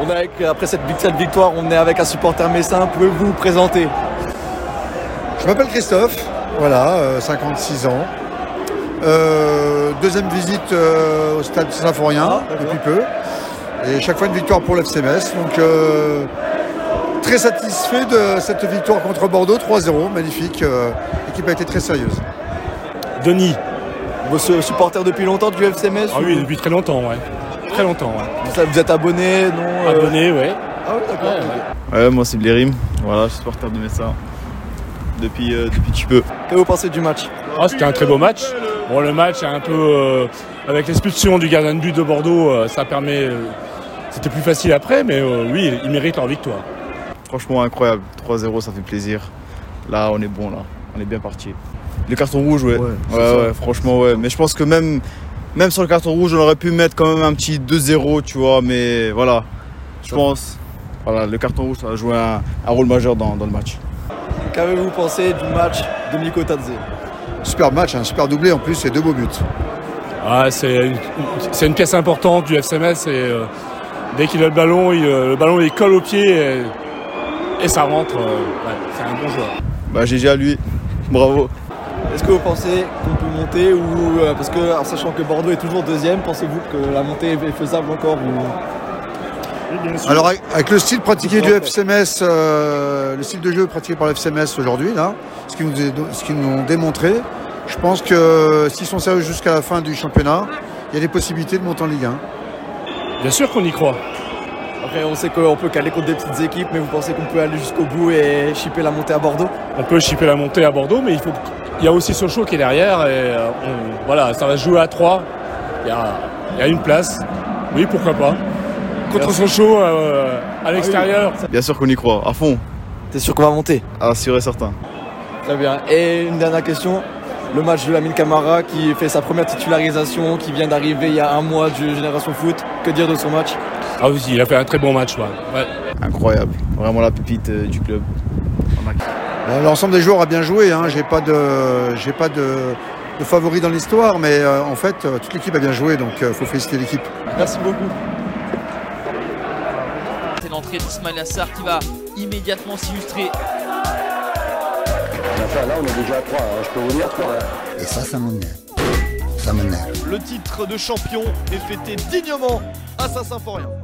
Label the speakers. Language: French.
Speaker 1: On est avec, après cette, cette victoire, on est avec un supporter messin. Pouvez-vous vous présenter
Speaker 2: Je m'appelle Christophe, voilà, euh, 56 ans. Euh, deuxième visite euh, au stade symphorien
Speaker 1: Ah, d'accord.
Speaker 2: depuis peu. Et chaque fois une victoire pour l'FCMS. Donc euh, très satisfait de cette victoire contre Bordeaux, 3-0, magnifique. euh, équipe a été très sérieuse.
Speaker 3: Denis.
Speaker 1: Monsieur supporter depuis longtemps du FCMS
Speaker 3: Ah oui, depuis très longtemps, ouais. Très longtemps, ouais.
Speaker 1: vous, vous êtes abonné, non euh,
Speaker 3: Abonné, ouais.
Speaker 1: Ah oui, d'accord.
Speaker 3: Ouais, ouais.
Speaker 4: Ouais, moi c'est Blérim, voilà, je suis supporter de Messa depuis, euh, depuis que je peux.
Speaker 1: Que vous pensez du match
Speaker 3: Ah, c'était un très beau match. Bon, le match est un peu. euh, avec l'expulsion du gardien de but de Bordeaux, euh, ça permet. euh, c'était plus facile après, mais euh, oui, ils méritent leur victoire.
Speaker 4: Franchement incroyable, 3-0 ça fait plaisir. Là on est bon là, on est bien parti. Le carton rouge ouais. Ouais ouais, franchement ouais. Mais je pense que même, même sur le carton rouge on aurait pu mettre quand même un petit 2-0 tu vois, mais voilà. Je pense. Voilà, le carton rouge ça a joué un, un rôle majeur dans, dans le match.
Speaker 1: Qu'avez-vous pensé du match de Nico Tadze
Speaker 2: Super match, un super doublé en plus et deux beaux buts.
Speaker 3: Ah, c'est une, une- c'est une pièce importante du FCMS et euh, dès qu'il a le ballon, il, euh, le ballon il colle au pied et, et ça rentre. euh, ouais, c'est un bon joueur.
Speaker 4: Bah GG à lui, bravo.
Speaker 1: Est-ce que vous pensez qu'on peut monter ou euh, parce que en sachant que Bordeaux est toujours deuxième, pensez-vous que la montée est faisable encore ou...
Speaker 2: Alors avec- avec le style pratiqué du FCMS, euh, le style de jeu pratiqué par le FCMS aujourd'hui, là, ce qu'ils nous, est- ce qu'ils nous ont démontré, je pense que euh, s'ils sont sérieux jusqu'à la fin du championnat, il y a des possibilités de monter en Ligue 1.
Speaker 3: Bien sûr qu'on y croit.
Speaker 1: Après, on sait qu'on peut caler contre des petites équipes, mais vous pensez qu'on peut aller jusqu'au bout et chipper la montée à Bordeaux
Speaker 3: On peut chipper la montée à Bordeaux, mais il faut. Il y a aussi Sochaux qui est derrière et euh, on- voilà, ça va se jouer à 3. Il y a, il y a une place. Oui, pourquoi pas. Contre Sochaux euh, à l'extérieur.
Speaker 4: Bien sûr qu'on y croit, à fond,
Speaker 1: T'es sûr qu'on va monter
Speaker 4: assuré certain.
Speaker 1: Très bien. Et une dernière question. Le match de Lamine Camara qui fait sa première titularisation, qui vient d'arriver il y a un mois du Génération Foot. Que dire de son match
Speaker 3: Ah oui, il a fait un très bon match. ouais. Ouais.
Speaker 4: Incroyable, vraiment la pépite euh, du club. On a-
Speaker 2: Euh, L'ensemble des joueurs a bien joué, hein. j'ai pas de, j'ai pas de, de favori dans l'histoire, mais euh, en fait euh, toute l'équipe a bien joué, donc il faut féliciter l'équipe.
Speaker 1: Merci beaucoup.
Speaker 5: C'est l'entrée d'Ismail Assar qui va immédiatement s'illustrer
Speaker 6: Et ça, ça m'énerve. Ça m'énerve.
Speaker 7: Le titre de champion est fêté dignement à Saint-Symphorien.